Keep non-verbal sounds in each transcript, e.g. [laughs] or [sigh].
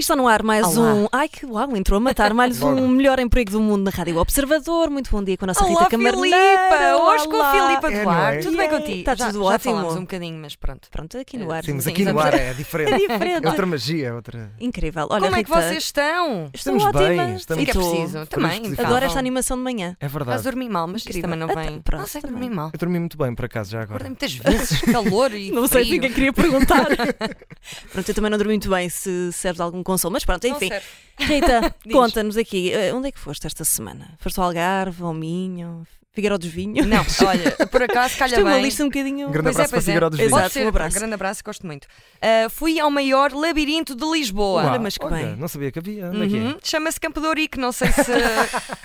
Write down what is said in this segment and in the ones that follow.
Está no ar mais Olá. um. Ai que uau, entrou a matar [laughs] mais Bora. um melhor emprego do mundo na Rádio Observador. Muito bom dia com a nossa Olá, Rita Camarneira. Filipa! Hoje com a Filipa É, não Duarte. é? Tudo bem Yay! contigo? Tá Já- tudo já ótimo. falámos um bocadinho, mas pronto. Pronto, aqui no ar. Sim, Temos Sim, aqui no estamos ar, a- é diferente. [laughs] É É diferente. outra magia, é outra. Incrível. Olha, Como é que Rita, vocês estão? Estou Estamos bem, ótima. estamos- E O que é tu? preciso? Também. Estamos Adoro tá esta bom. animação de manhã. É Mas verdade. dormi mal, mas isso Incrível. também não Até- vem. pronto, não sei também. dormir mal. Eu dormi muito bem, por acaso, já agora. Acordei muitas [laughs] vezes, calor e Não sei frio. quem queria perguntar. [laughs] pronto, eu também não dormi muito bem se serve de algum consolo, mas pronto, Não enfim. serve. Rita, [laughs] Diz. conta-nos aqui, eh, onde é que foste esta semana? Foste ao Algarve, ao Minho, Figueira dos Vinhos? Não, olha, por acaso calha Isto é uma bem. lista um bocadinho. Um grande Pois é, abraço para pois é. Figueira dos Exato. Vinhos. Pode ser, um abraço. Grande abraço, gosto muito. Ah, fui ao maior labirinto de Lisboa. Olha, mas que olha, bem. Não sabia que havia. Onde é que é? Uhum. Chama-se Campo de Ourique, não [laughs] sei se,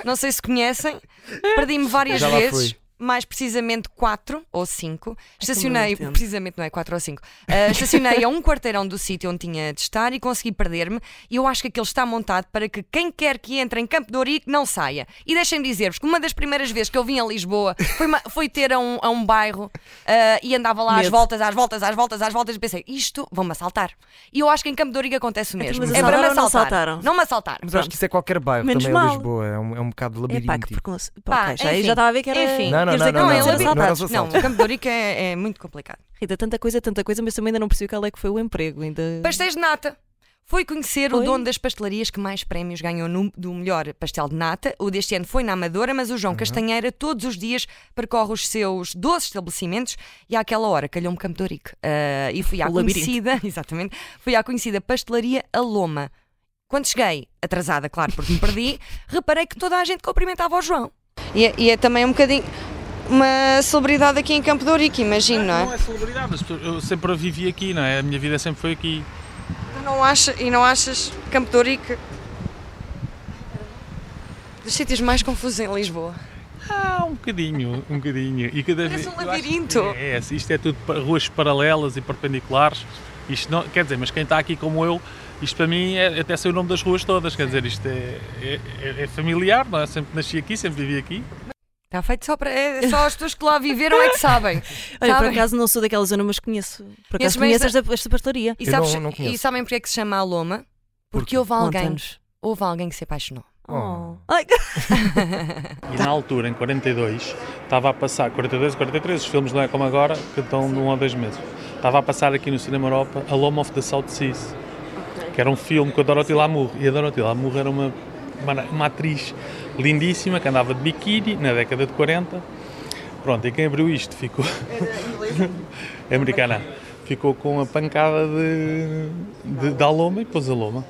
não sei se conhecem. Perdi-me várias Já lá vezes. fui. Mais precisamente quatro ou É cinco Estacionei, entendo. precisamente não é quatro ou cinco Ah, estacionei a um quarteirão do sítio onde tinha de estar e consegui perder-me. E eu acho que aquilo está montado para que quem quer que entre em Campo de Ourique não saia. E deixem dizer-vos que uma das primeiras vezes que eu vim a Lisboa foi, uma- foi ter a um, a um bairro ah, e andava lá às Medo. voltas, às voltas, às voltas, às voltas e pensei, isto vão-me assaltar. E eu acho que em Campo de Ourique acontece o Então, mesmo. mas É para me assaltaram ou não assaltar. assaltaram? Não me assaltaram. Mas eu acho que isso é qualquer bairro Menos também, é mal. Lisboa. É um, é um bocado É pá, que labiríntico. preconce... Pá, pá, ok, já, aí enfim. já estava a ver que era. Enfim. Não, não, queres dizer que não, não, não, é eram não, não, não, assaltados. não, Não, o assaltos. Campo de Ourique é, é muito complicado. Rita, tanta coisa, tanta coisa, mas também ainda não percebi qual é que foi o emprego. Ainda... Pastéis de nata. Fui conhecer Foi? o dono das pastelarias que mais prémios ganhou no- do melhor pastel de nata. O deste ano foi na Amadora, mas o João Castanheira todos os dias percorre os seus 12 estabelecimentos e àquela hora calhou-me Campo de Ourique. Ah, e fui à O labirinto. conhecida, [laughs] exatamente, fui à conhecida pastelaria Aloma. Quando cheguei, atrasada, claro, porque me [laughs] perdi, reparei que toda a gente cumprimentava o João. E é, e é também um bocadinho uma celebridade aqui em Campo de Ourique, imagino, Não é celebridade, mas tu- eu sempre vivi aqui, não é? A minha vida sempre foi aqui. Tu não acha, e não achas Campo de Ourique dos sítios mais confusos em Lisboa? Ah, um bocadinho, um bocadinho. E cada Parece vez- um eu acho que labirinto. É, é, isto é tudo pa- ruas paralelas e perpendiculares. Isto não, quer dizer, mas quem está aqui como eu, isto para mim é, até sei o nome das ruas todas, quer dizer, isto é, é- é- é familiar, não é? Sempre nasci aqui, sempre vivi aqui. Está feito só para. É, só as pessoas que lá viveram é que [laughs] sabem. Olha, por sabem? acaso não sou daquela zona, mas conheço. Por acaso Conheces bem conheço esta, esta pastelaria. E, Eu sabes- não- não conheço. e sabem porque é que se chama a Loma? Porque Porque? houve alguém, Conta-nos. houve alguém que se apaixonou. Oh. Oh. Ai, E na altura, em 42, estava a passar, 42 e 43, os filmes não é como agora, que estão de um ou dois meses. Estava a passar aqui no Cinema Europa A Lome of the South Seas, que era um filme com a Dorothy Lamour. E a Dorothy Lamour era uma, uma, uma atriz lindíssima, que andava de biquíni na década de 40. Pronto, e quem abriu isto ficou... É [laughs] americana. Ficou com a pancada de, de, da Loma e pôs a Loma.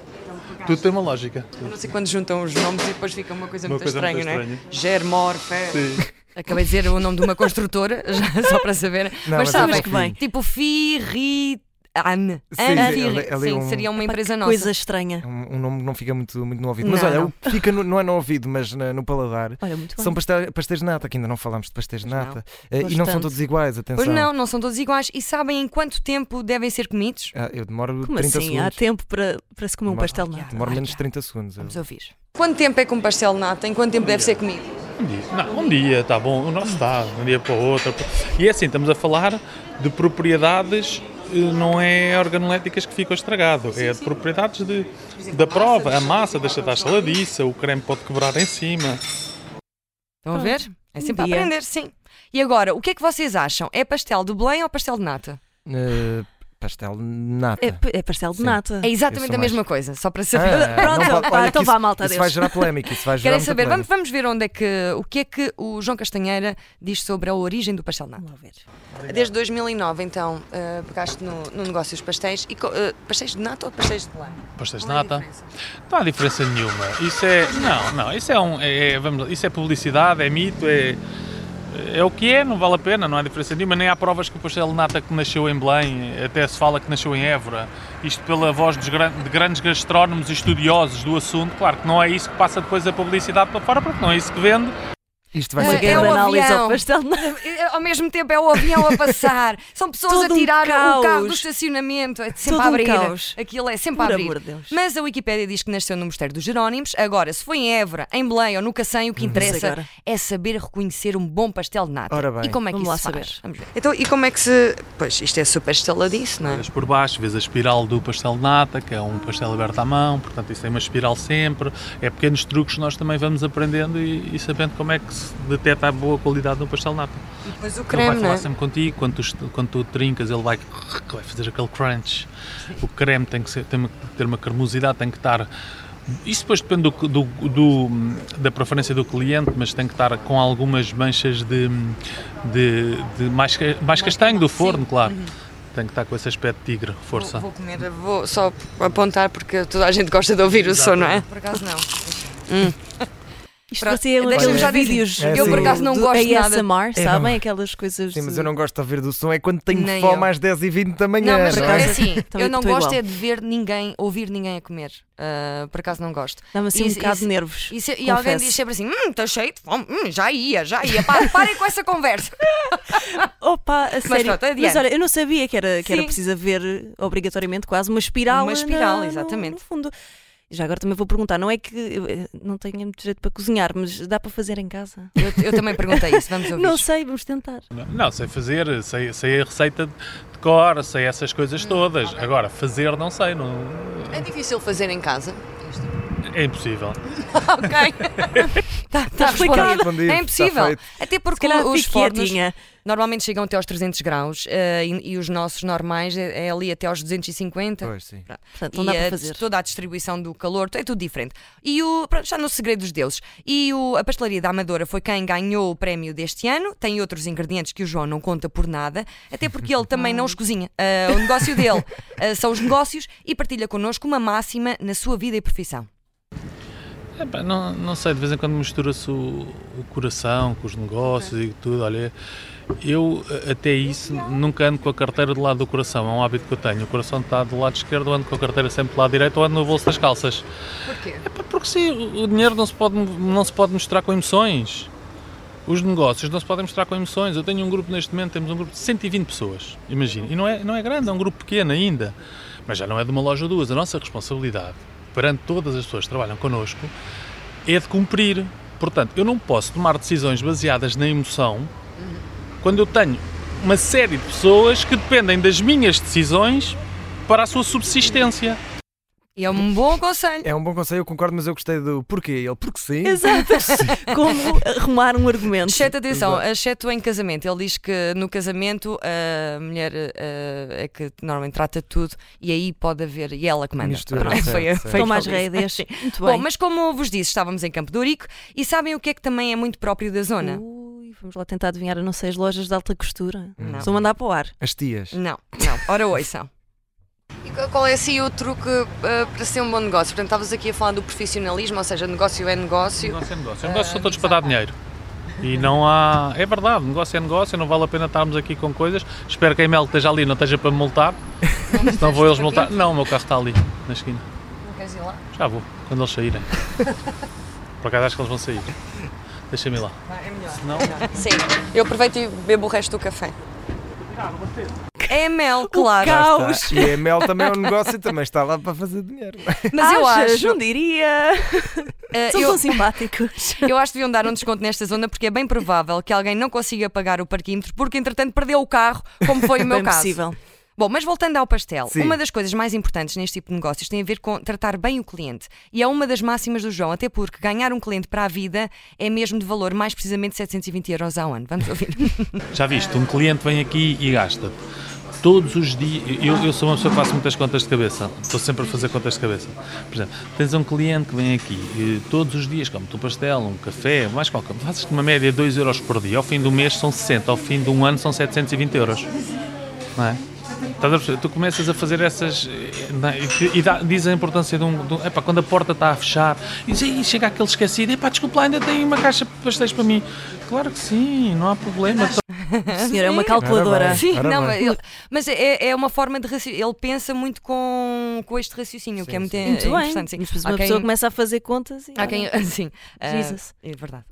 Tudo tem uma lógica. Não sei quando juntam os nomes e depois fica uma coisa Uma muito coisa muito estranha, não é? estranha. Germor, fé. Sim. Acabei de dizer o nome de uma construtora, [laughs] já- só para saber. mas Não, mas é sabem, muito bem. tipo Firri. Anne. Sim, Anne sim, Firri. ali- ali Sim, um- seria [laughs] uma empresa nossa. coisa estranha. É um, um nome que não fica muito, muito no ouvido. Mas Não, olha, não. o que fica no- não é no ouvido, mas na- no paladar. Olha, muito bem. São pastel- pastéis de nata, que ainda não falámos de pastéis de Pois nata. Eh, E não Bastante. são todos iguais, atenção. Pois não, não são todos iguais. E sabem em quanto tempo devem ser comidos? Ah, eu demoro Como 30 assim? Há segundos. tempo para, para se comer um Demora- pastel de nata. Demoro Ai, menos já. de 30 segundos. Eu- Vamos ouvir. Quanto tempo é que um pastel de nata? Em quanto tempo deve ser comido? Um dia, não, um dia está bom, o nosso está, de um dia para o outro. E é assim, estamos a falar de propriedades, eh, não é organoléticas que ficam estragado, é de propriedades de, da prova, a massa deixa estar saladiça, o creme pode quebrar em cima. Estão a Pronto. ver? É sempre Um dia. a aprender, sim. E agora, o que é que vocês acham? É pastel de Belém ou pastel de nata? Eh, pastel de nata. É, é pastel de Sim. nata. É exatamente sou a mais- mesma coisa, só para saber. Ah, Pronto, não pode- pá, olha que então isso- vá, malta, Isso adeus. vai gerar polémica. Isso vai gerar [laughs] Querem muita saber? Vamos, polémica. vamos ver onde é que, o que é que o João Castanheira diz sobre a origem do pastel de nata. Vamos lá ver. Desde 2009, então, eh, pegaste no, no negócio dos pastéis. E, co- eh, pastéis de nata ou pastéis de Belém? Pastéis de Qual é a nata. diferença? Não há diferença nenhuma. Isso é. Não, não. Isso é, um, é, é- vamos lá, isso é publicidade, é mito, é. É o que é, não vale a pena, não há diferença nenhuma. Nem há provas que o pastel de nata que nasceu em Belém, até se fala que nasceu em Évora. Isto pela voz dos gran- de grandes gastrónomos e estudiosos do assunto. Claro que não é isso que passa depois a publicidade para fora, porque não é isso que vende. Isto vai Mas ser Uma é grande um terrível. análise avião. ao pastel de nata. É, Ao mesmo tempo é o avião a [laughs] passar, são pessoas Todo a um tirar o carro caos. do estacionamento, é sempre Todo a um abrir. caos. Aquilo é sempre Por a abrir. amor de Deus. Mas a Wikipédia diz que nasceu no Mosteiro dos Jerónimos. Agora, se foi em Évora, em Belém ou no Cacém, o que interessa agora. é saber reconhecer um bom pastel de nata. Ora bem. E como é que Vamos isso lá se faz? saber. Vamos ver. Então, e como é que se. Pois, isto é super esteladiço, não é? Vês por baixo, vês a espiral do pastel de nata, que é um pastel aberto à mão, portanto isso é uma espiral sempre. É pequenos truques que nós também vamos aprendendo e, e sabendo como é que se detecta a boa qualidade do pastel de nata. E depois o ele vai creme, não falar é? sempre contigo, quando tu, est- quando tu trincas, ele vai, vai fazer aquele crunch. O creme tem que ser- tem que ter uma cremosidade, tem que estar. Isso depois depende do, do- do- da preferência do cliente, mas tem que estar com algumas manchas de, de, de mais, ca- mais castanho do forno, claro. Uhum. Tem que estar com esse aspecto de tigre, força. Vou comer, vou só apontar porque toda a gente gosta de ouvir o som, não é? Por acaso não. Isto Pronto, parecia um deixa-me daqueles já dizer, vídeos. eu por do- acaso não do gosto de nada. ASMR, assim. É, sabem? não. Aquelas coisas. Sim, mas de- eu não gosto de ouvir do som, é quando tenho Nem fome eu. às 10 e 20 da manhã. Não, mas não é é? assim, [laughs] Também eu não estou gosto igual. é de ver ninguém, ouvir ninguém a comer. Ah, por acaso não gosto. Dá-me assim um Isso- bocado isso- de nervos. E, se- e confesso. alguém diz sempre assim: hum, estou cheio de fome, hum, já ia, já ia. Pa- [laughs] parem com essa conversa. Opa, a sério. pronto, adiante. olha, eu não sabia que era, que era Sim. preciso haver eh, obrigatoriamente quase uma espiral. eh, Uma espiral, na- no- exatamente. No fundo. Já agora também vou perguntar, não é que eh, não tenho muito jeito para cozinhar, mas dá para fazer em casa? Eu, eu também perguntei isso, vamos ouvir. Não sei, vamos tentar. Não, Não, sei fazer, sei, sei a receita de cor, sei essas coisas todas. Agora, fazer não sei, não, Hum, É difícil fazer em casa. é impossível. Ok. Está [laughs] tá explicado. respondido. Respondido, É está impossível. feito. Até Se porque calhar os fique fornos quietinha. normalmente chegam até aos 300 graus eh, e, e os nossos normais é, é ali até aos 250. Pois, sim. Portanto, E não Então dá a- para fazer. toda a distribuição do calor, é tudo diferente. E o, pronto, já no segredo dos deuses. E o- a pastelaria da Amadora foi quem ganhou o prémio deste ano. Tem outros ingredientes que o João não conta por nada, até porque ele também [laughs] não os cozinha. Ah, o negócio dele ah, são os negócios e partilha connosco uma máxima na sua vida e profissão. É, pá, não, não sei, de vez em quando mistura-se o, o coração com os negócios e tudo. Olha, eu eh, até isso nunca ando com a carteira do lado do coração, é um hábito que eu tenho. O coração está do lado esquerdo, eu ando com a carteira sempre do lado direito ou ando no bolso das calças. Porquê? É pá, porque sim, o- o dinheiro não se, pode, não se pode misturar com emoções. Os negócios não se podem misturar com emoções. Eu tenho um grupo neste momento, temos um grupo de 120 pessoas, imagina. E não é, não é grande, é um grupo pequeno ainda. Mas já não é de uma loja ou duas. A nossa responsabilidade perante todas as pessoas que trabalham connosco é de cumprir. Portanto, eu não posso tomar decisões baseadas na emoção quando eu tenho uma série de pessoas que dependem das minhas decisões para a sua subsistência. E [laughs] é um bom conselho. É um bom conselho, eu concordo, mas eu gostei do porquê. Ele, porque sim. Exato. [laughs] Como arrumar um argumento. Exceto, atenção, exceto em casamento. Ele diz que no casamento a mulher ah, é que normalmente trata de tudo e aí pode haver, e ela que manda. Mistura, Pronto, certo, foi- certo. foi o que Toma as ele disse. [laughs] rédeas. Muito Bom, bem. mas como vos disse, estávamos em Campo de Ourique e sabem o que é que também é muito próprio da zona? Ui, vamos lá tentar adivinhar, eu não sei, as lojas de alta costura. Não. Só mandar para o ar. As tias. Não, não. Ora, ouçam. E qual é assim o truque para ser um bom negócio? Portanto, estavas aqui a falar do profissionalismo, ou seja, negócio é negócio. Negócio é negócio. Negócios são todos para dar dinheiro. E não há. É verdade, negócio é negócio, não vale a pena estarmos aqui com coisas. Espero que a Mel esteja ali, não esteja para [laughs] me multar. Senão vou eles multar. Não, o meu carro está ali, na esquina. Não queres ir lá? Já vou, quando eles [laughs] saírem. Por acaso acho que eles vão sair. Deixa-me ir lá. É melhor. Não, Sim, eu aproveito e bebo o resto do café. É mel, claro. Lá está. E a Mel também é um negócio e também está lá para fazer dinheiro. [laughs] Mas eu Achas? acho. Não diria. [laughs] eh, São assim. eu- tão [laughs] simpáticos. Eu acho que deviam dar um desconto nesta zona porque é bem provável que alguém não consiga pagar o parquímetro porque, entretanto, perdeu o carro, como foi o meu Bem caso. é possível. Bom, mas voltando ao pastel, Sim. uma das coisas mais importantes neste tipo de negócios tem a ver com tratar bem o cliente. E é uma das máximas do João, até porque ganhar um cliente para a vida é mesmo de valor mais precisamente 720 euros ao ano. Vamos [laughs] ouvir. Já viste, um cliente vem aqui e gasta todos os dias. Eu, eu sou uma pessoa que faço muitas contas de cabeça, estou sempre a fazer contas de cabeça. Por exemplo, tens um cliente que vem aqui e todos os dias, come-te um pastel, um café, mais qualquer coisa, fazes-te uma média de 2 euros por dia. Ao fim do mês são 60, ao fim de um ano são 720 euros. Não é? Estás a perceber? Tu começas a fazer essas. eh, não é? E que- E dá- diz a importância de um. de um- epá, quando a porta está a fechar, e diz, "Ei, chega aquele esquecido, epá, desculpa, lá, ainda tem uma caixa de pastéis para mim. Claro que sim, não há problema. O senhor é uma calculadora. Parabéns. Sim, não, mas, Parabéns. ele- mas é, é uma forma de raciocínio. Ele pensa muito com, com este raciocínio, que é Sim, muito, sim. Muito bem. interessante. Sim. Mas depois Há uma quem- pessoa começa a fazer contas e. há quem- [laughs] sim, ah, Jesus. é [laughs] verdade.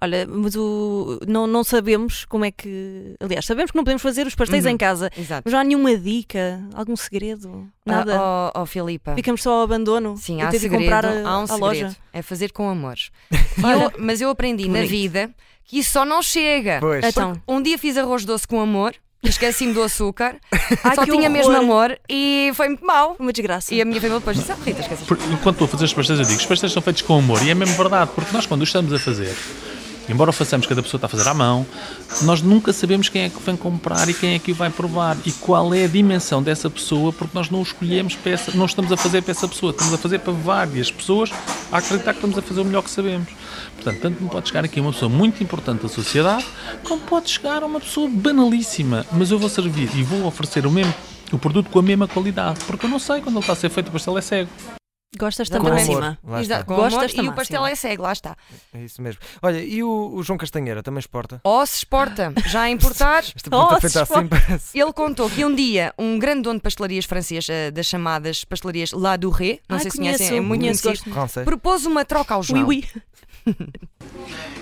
Olha, mas o... não, não sabemos como é que. Aliás, sabemos que não podemos fazer os pastéis Uhum. em casa. Exato. Mas não há nenhuma dica, algum segredo? Nada. Ah, Oh, oh, Filipa. Ficamos só ao abandono. Sim, e há ter segredo, que comprar a, há um à segredo. loja. É fazer com amor. E eu- mas eu aprendi na bonito. vida que isso só não chega. Pois. Então, Um dia fiz arroz doce com amor, esqueci-me do açúcar, [laughs] só que tinha mesmo horror. amor e foi muito mal. uma desgraça. E a minha família depois disse: ah, Rita, esqueces. Por- Enquanto estou a fazer os pastéis, eu digo, os pastéis são feitos com amor. E é mesmo verdade, porque nós quando os estamos a fazer, embora o façamos, cada pessoa está a fazer à mão, nós nunca sabemos quem é que vem comprar e quem é que o vai provar e qual é a dimensão dessa pessoa, porque nós não o escolhemos, para essa, não estamos a fazer para essa pessoa, estamos a fazer para várias pessoas a acreditar que estamos a fazer o melhor que sabemos. Portanto, tanto me pode chegar aqui uma pessoa muito importante da sociedade, como pode chegar a uma pessoa banalíssima, mas eu vou servir e vou oferecer o mesmo. O produto com a mesma qualidade, porque eu não sei quando ele está a ser feito, o pastel é cego. Gostas Com também amor. máxima. Lá Exato, está. com Gosto amor, desta e o pastel máxima. é cego, lá está. É isso mesmo. Olha, e o, o João Castanheira também exporta? Ó, se exporta, já a importar. [laughs] Esta pergunta Oh, feita se exporta. assim parece. Ele contou que um dia um grande dono de pastelarias francês, eh, das chamadas pastelarias La Durée, não Ai, sei se conheço, conhecem, é muito conheço, conhecido, gosto. Francês. propôs uma troca ao João. Ui, ui.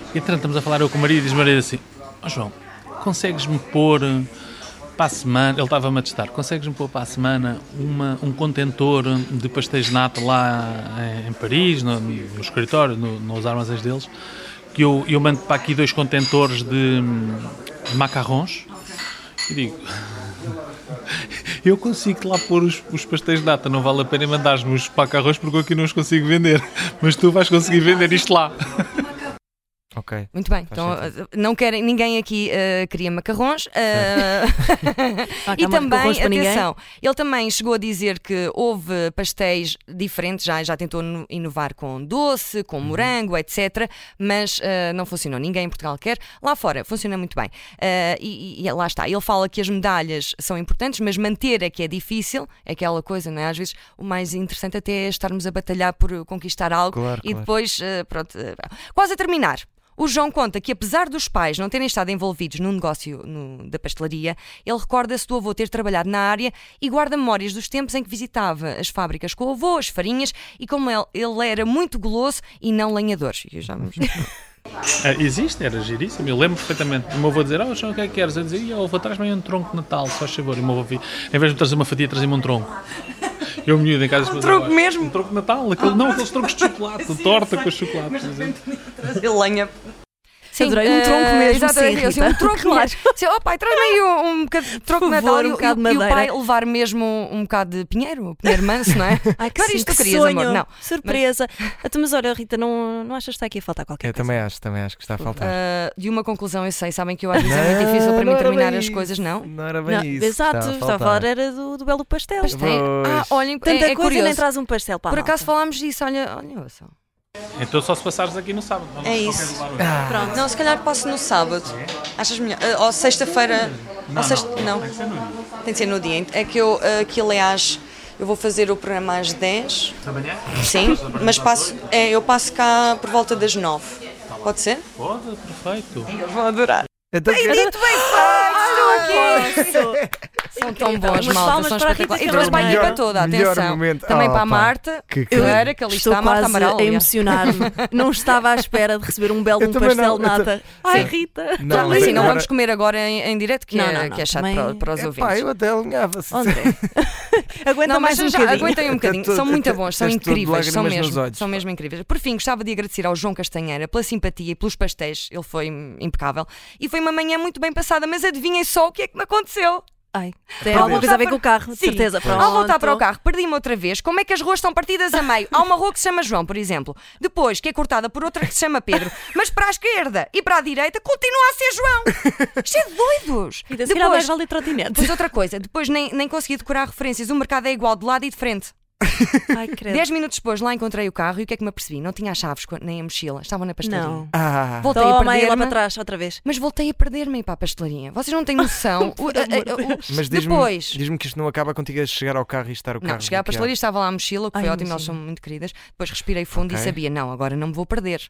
Entretanto, estamos a falar eu com o marido e diz o marido assim: "Ó João, consegues-me pôr eh, para a semana? Ele estava-me a testar: consegues-me pôr para a semana uma, um contentor de pastéis de nata lá eh, em, em Paris, no, no escritório, no- nos armazéns deles? Que eu, eu mando para aqui dois contentores de, hum, de macarrons e digo. [laughs] Eu consigo lá pôr os, os pastéis de nata, não vale a pena mandar-me os pacarros porque eu aqui não os consigo vender. Mas tu vais conseguir vender isto lá. Ok. Muito bem, então eh, não querem, ninguém aqui eh, queria macarrões. [laughs] eh, Não há [laughs] e cá macarrões também, para ninguém. atenção, ele também chegou a dizer que houve pastéis diferentes, já, já tentou no- inovar com doce, Uhum. com morango, etc. Mas eh, não funcionou, ninguém em Portugal quer. Lá fora funciona muito bem. Eh, e, e- e lá está, ele fala que as medalhas são importantes, mas manter é que é difícil, é aquela coisa, não é? Às vezes o mais interessante até é estarmos a batalhar por conquistar algo Claro, e claro. depois, eh, pronto. eh, Quase a terminar. O João conta que, apesar dos pais não terem estado envolvidos num negócio no- da pastelaria, ele recorda-se do avô ter trabalhado na área e guarda memórias dos tempos em que visitava as fábricas com o avô, as farinhas e como ele, ele era muito goloso e não lenhador. E eu [laughs] já vamos- Ah, existe, era giríssimo, eu lembro perfeitamente. O meu avô dizer, oh, João, o que é que queres? Eu dizia, "Ih, ó, avô, traz-me aí um tronco de Natal, só favor. E o meu avô, "Vi- em vez de me trazer uma fatia, trazia-me um tronco. Eu me em casa. Um tronco mesmo? Um tronco de Natal, aquele, não, aqueles troncos de chocolate, torta com chocolate. Ele lenha. Sim, Adorei, um eh, tronco mesmo, Exatamente, sim, eu, assim, um Rita. [laughs] tronco Claro. mesmo. Assim, oh pai, traz-me aí um, um bocado [laughs] de tronco de favor, Natal e, um o- bocado de e o- e o pai madeira. levar mesmo um bocado de pinheiro, pinheiro manso, não é? [laughs] Ai, que, Não era sim, isto que que tu querias, sonho. amor, não. Surpresa. Então, Mas olha, Rita, não, não achas que está aqui a faltar qualquer Eu coisa? também acho, também acho que está a faltar. Uh, de uma conclusão, eu sei, sabem que eu às vezes é muito difícil para mim Não era terminar bem as isso, coisas, não? Não era bem Não, isso. que exato, estava estava a falar era do, do belo pastel. Mas tem- Ah, Pois. olhem, Tanta é, coisa e nem é curioso. traz um pastel para a Por acaso malta. falámos disso, olha, olha ouçam. Então só se passares aqui no sábado. É isso. Não, se calhar passo no sábado. Achas melhor? Eh, Ou sexta-feira. Ou sexta... Não. Tem de ser no dia. É que eu, eh, que aliás, eu vou fazer o programa às 10. Amanhã? Sim, mas passo, é, eu passo cá por volta das 9. Pode ser? Pode, perfeito. Vou adorar. Então, São tão Incrível. bons, Umas malta, palmas são para a Rita espetaculares. E Carvalho. trouxe para a Melhor- equipa toda, melhor atenção. momento. Também Ah, para a pá, Marta, que que era querida. que ali Estou está a Marta quase Amaral. a olha. emocionar-me. [laughs] não estava à espera de receber um belo de Eu um também pastel não, eu nata. ta- Ai, Sim. Rita. Não, já mas Mas vem. sim, não Agora- vamos comer agora em, em direto, que, Não, é, não, não, que é chato também- para, para os ouvintes. Epá, eu até alinhava-se. André, [laughs] aguenta Não, mais mas um já, bocadinho. [laughs] aguentem um bocadinho. Tá todo- São muito tá- bons, são tens todo incríveis, são lágrimas nos mesmo, olhos, são pá. mesmo incríveis. Por fim, gostava de agradecer ao João Castanheira pela simpatia e pelos pastéis. Ele foi hum, impecável. E foi uma manhã muito bem passada, mas adivinhem só o que é que me aconteceu. Ai, tem É, alguma coisa a ver com o carro, de Sim. certeza. Pronto. Ao voltar para o carro, perdi-me outra vez. Como é que as ruas estão partidas a meio? Há uma rua que se chama João, por exemplo. Depois, que é cortada por outra que se chama Pedro. Mas para a esquerda e para a direita, continua a ser [laughs] João. Isto é de doidos. E da seguir mais vale [laughs] trotinete. Depois outra coisa, depois nem, nem consegui decorar referências. O mercado é igual de lado e de frente. Ai, credo. 10 minutos depois lá encontrei o carro e o que é que me apercebi? Não tinha as chaves co- nem a mochila, estava na pastelaria. Não. Ah, Voltei a Toma aí lá para perder-me. trás, outra vez. Mas voltei a perder-me para a pastelaria. Vocês não [laughs] têm noção. O- a- a- o- mas diz-me depois. diz que isto não acaba contigo a chegar ao carro e estar o é carro. Não, cheguei à pastelaria, bloqueado. estava lá a mochila, o que Ai, foi ótimo, elas imagino. são muito queridas. Depois respirei fundo e Ok. sabia, não, agora não me vou perder.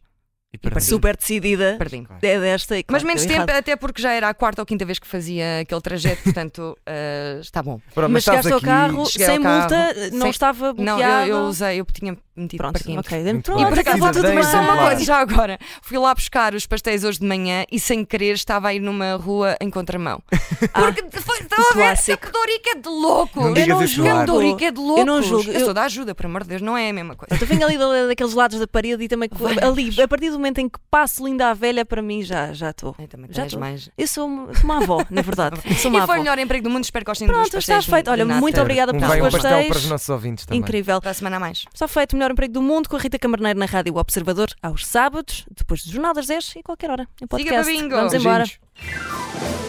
E perdi. Super decidida. Perdi. É desta e Mas claro, menos deu tempo, errado. até porque já era a quarta ou quinta vez que fazia aquele trajeto, portanto [laughs] eh, está bom. Pronto, Mas estás chegaste ao é- aqui- carro cheguei sem ao carro, multa, não sem- estava Não, bloqueado. eu, eu usei, eu tinha metido Pronto, parquinho. ok. Dentro, Muito bem. pronto, E por acaso, está tudo Precisa de mas só uma exemplar. coisa, já agora. Fui lá buscar os pastéis hoje de manhã e sem querer estava a ir numa rua [laughs] em contramão. Porque foi, estão a ver Ah. clássico. que Dorica é de loucos. Não Eu um digas não isso no julgo, ar. Dorica é de loucos. Eu não julgo, Eu eu- sou da ajuda, por amor de Deus, não é a [laughs] mesma coisa. Eu venho ali da- daqueles lados da parede e também co- ali, a partir do momento em que passo linda a velha, para mim já já estou. Eu também Já tens estou. Então, mais. eu sou uma, sou uma avó, na verdade. Sou uma [laughs] E foi o avó. melhor emprego do mundo, espero que gostem dos Pronto, pastéis. está feito. de Olha, nata. muito obrigada Um pelos vai um pastel para os pastéis. nossos ouvintes também. Incrível. Para a semana a mais. Está feito o melhor emprego do mundo com a Rita Camarneiro na Rádio Observador, aos sábados, depois do Jornal das 10 e qualquer hora. Em podcast. para bingo. Vamos embora. Beijinhos.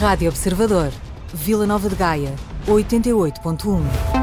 Rádio Observador. Vila Nova de Gaia, 88.1.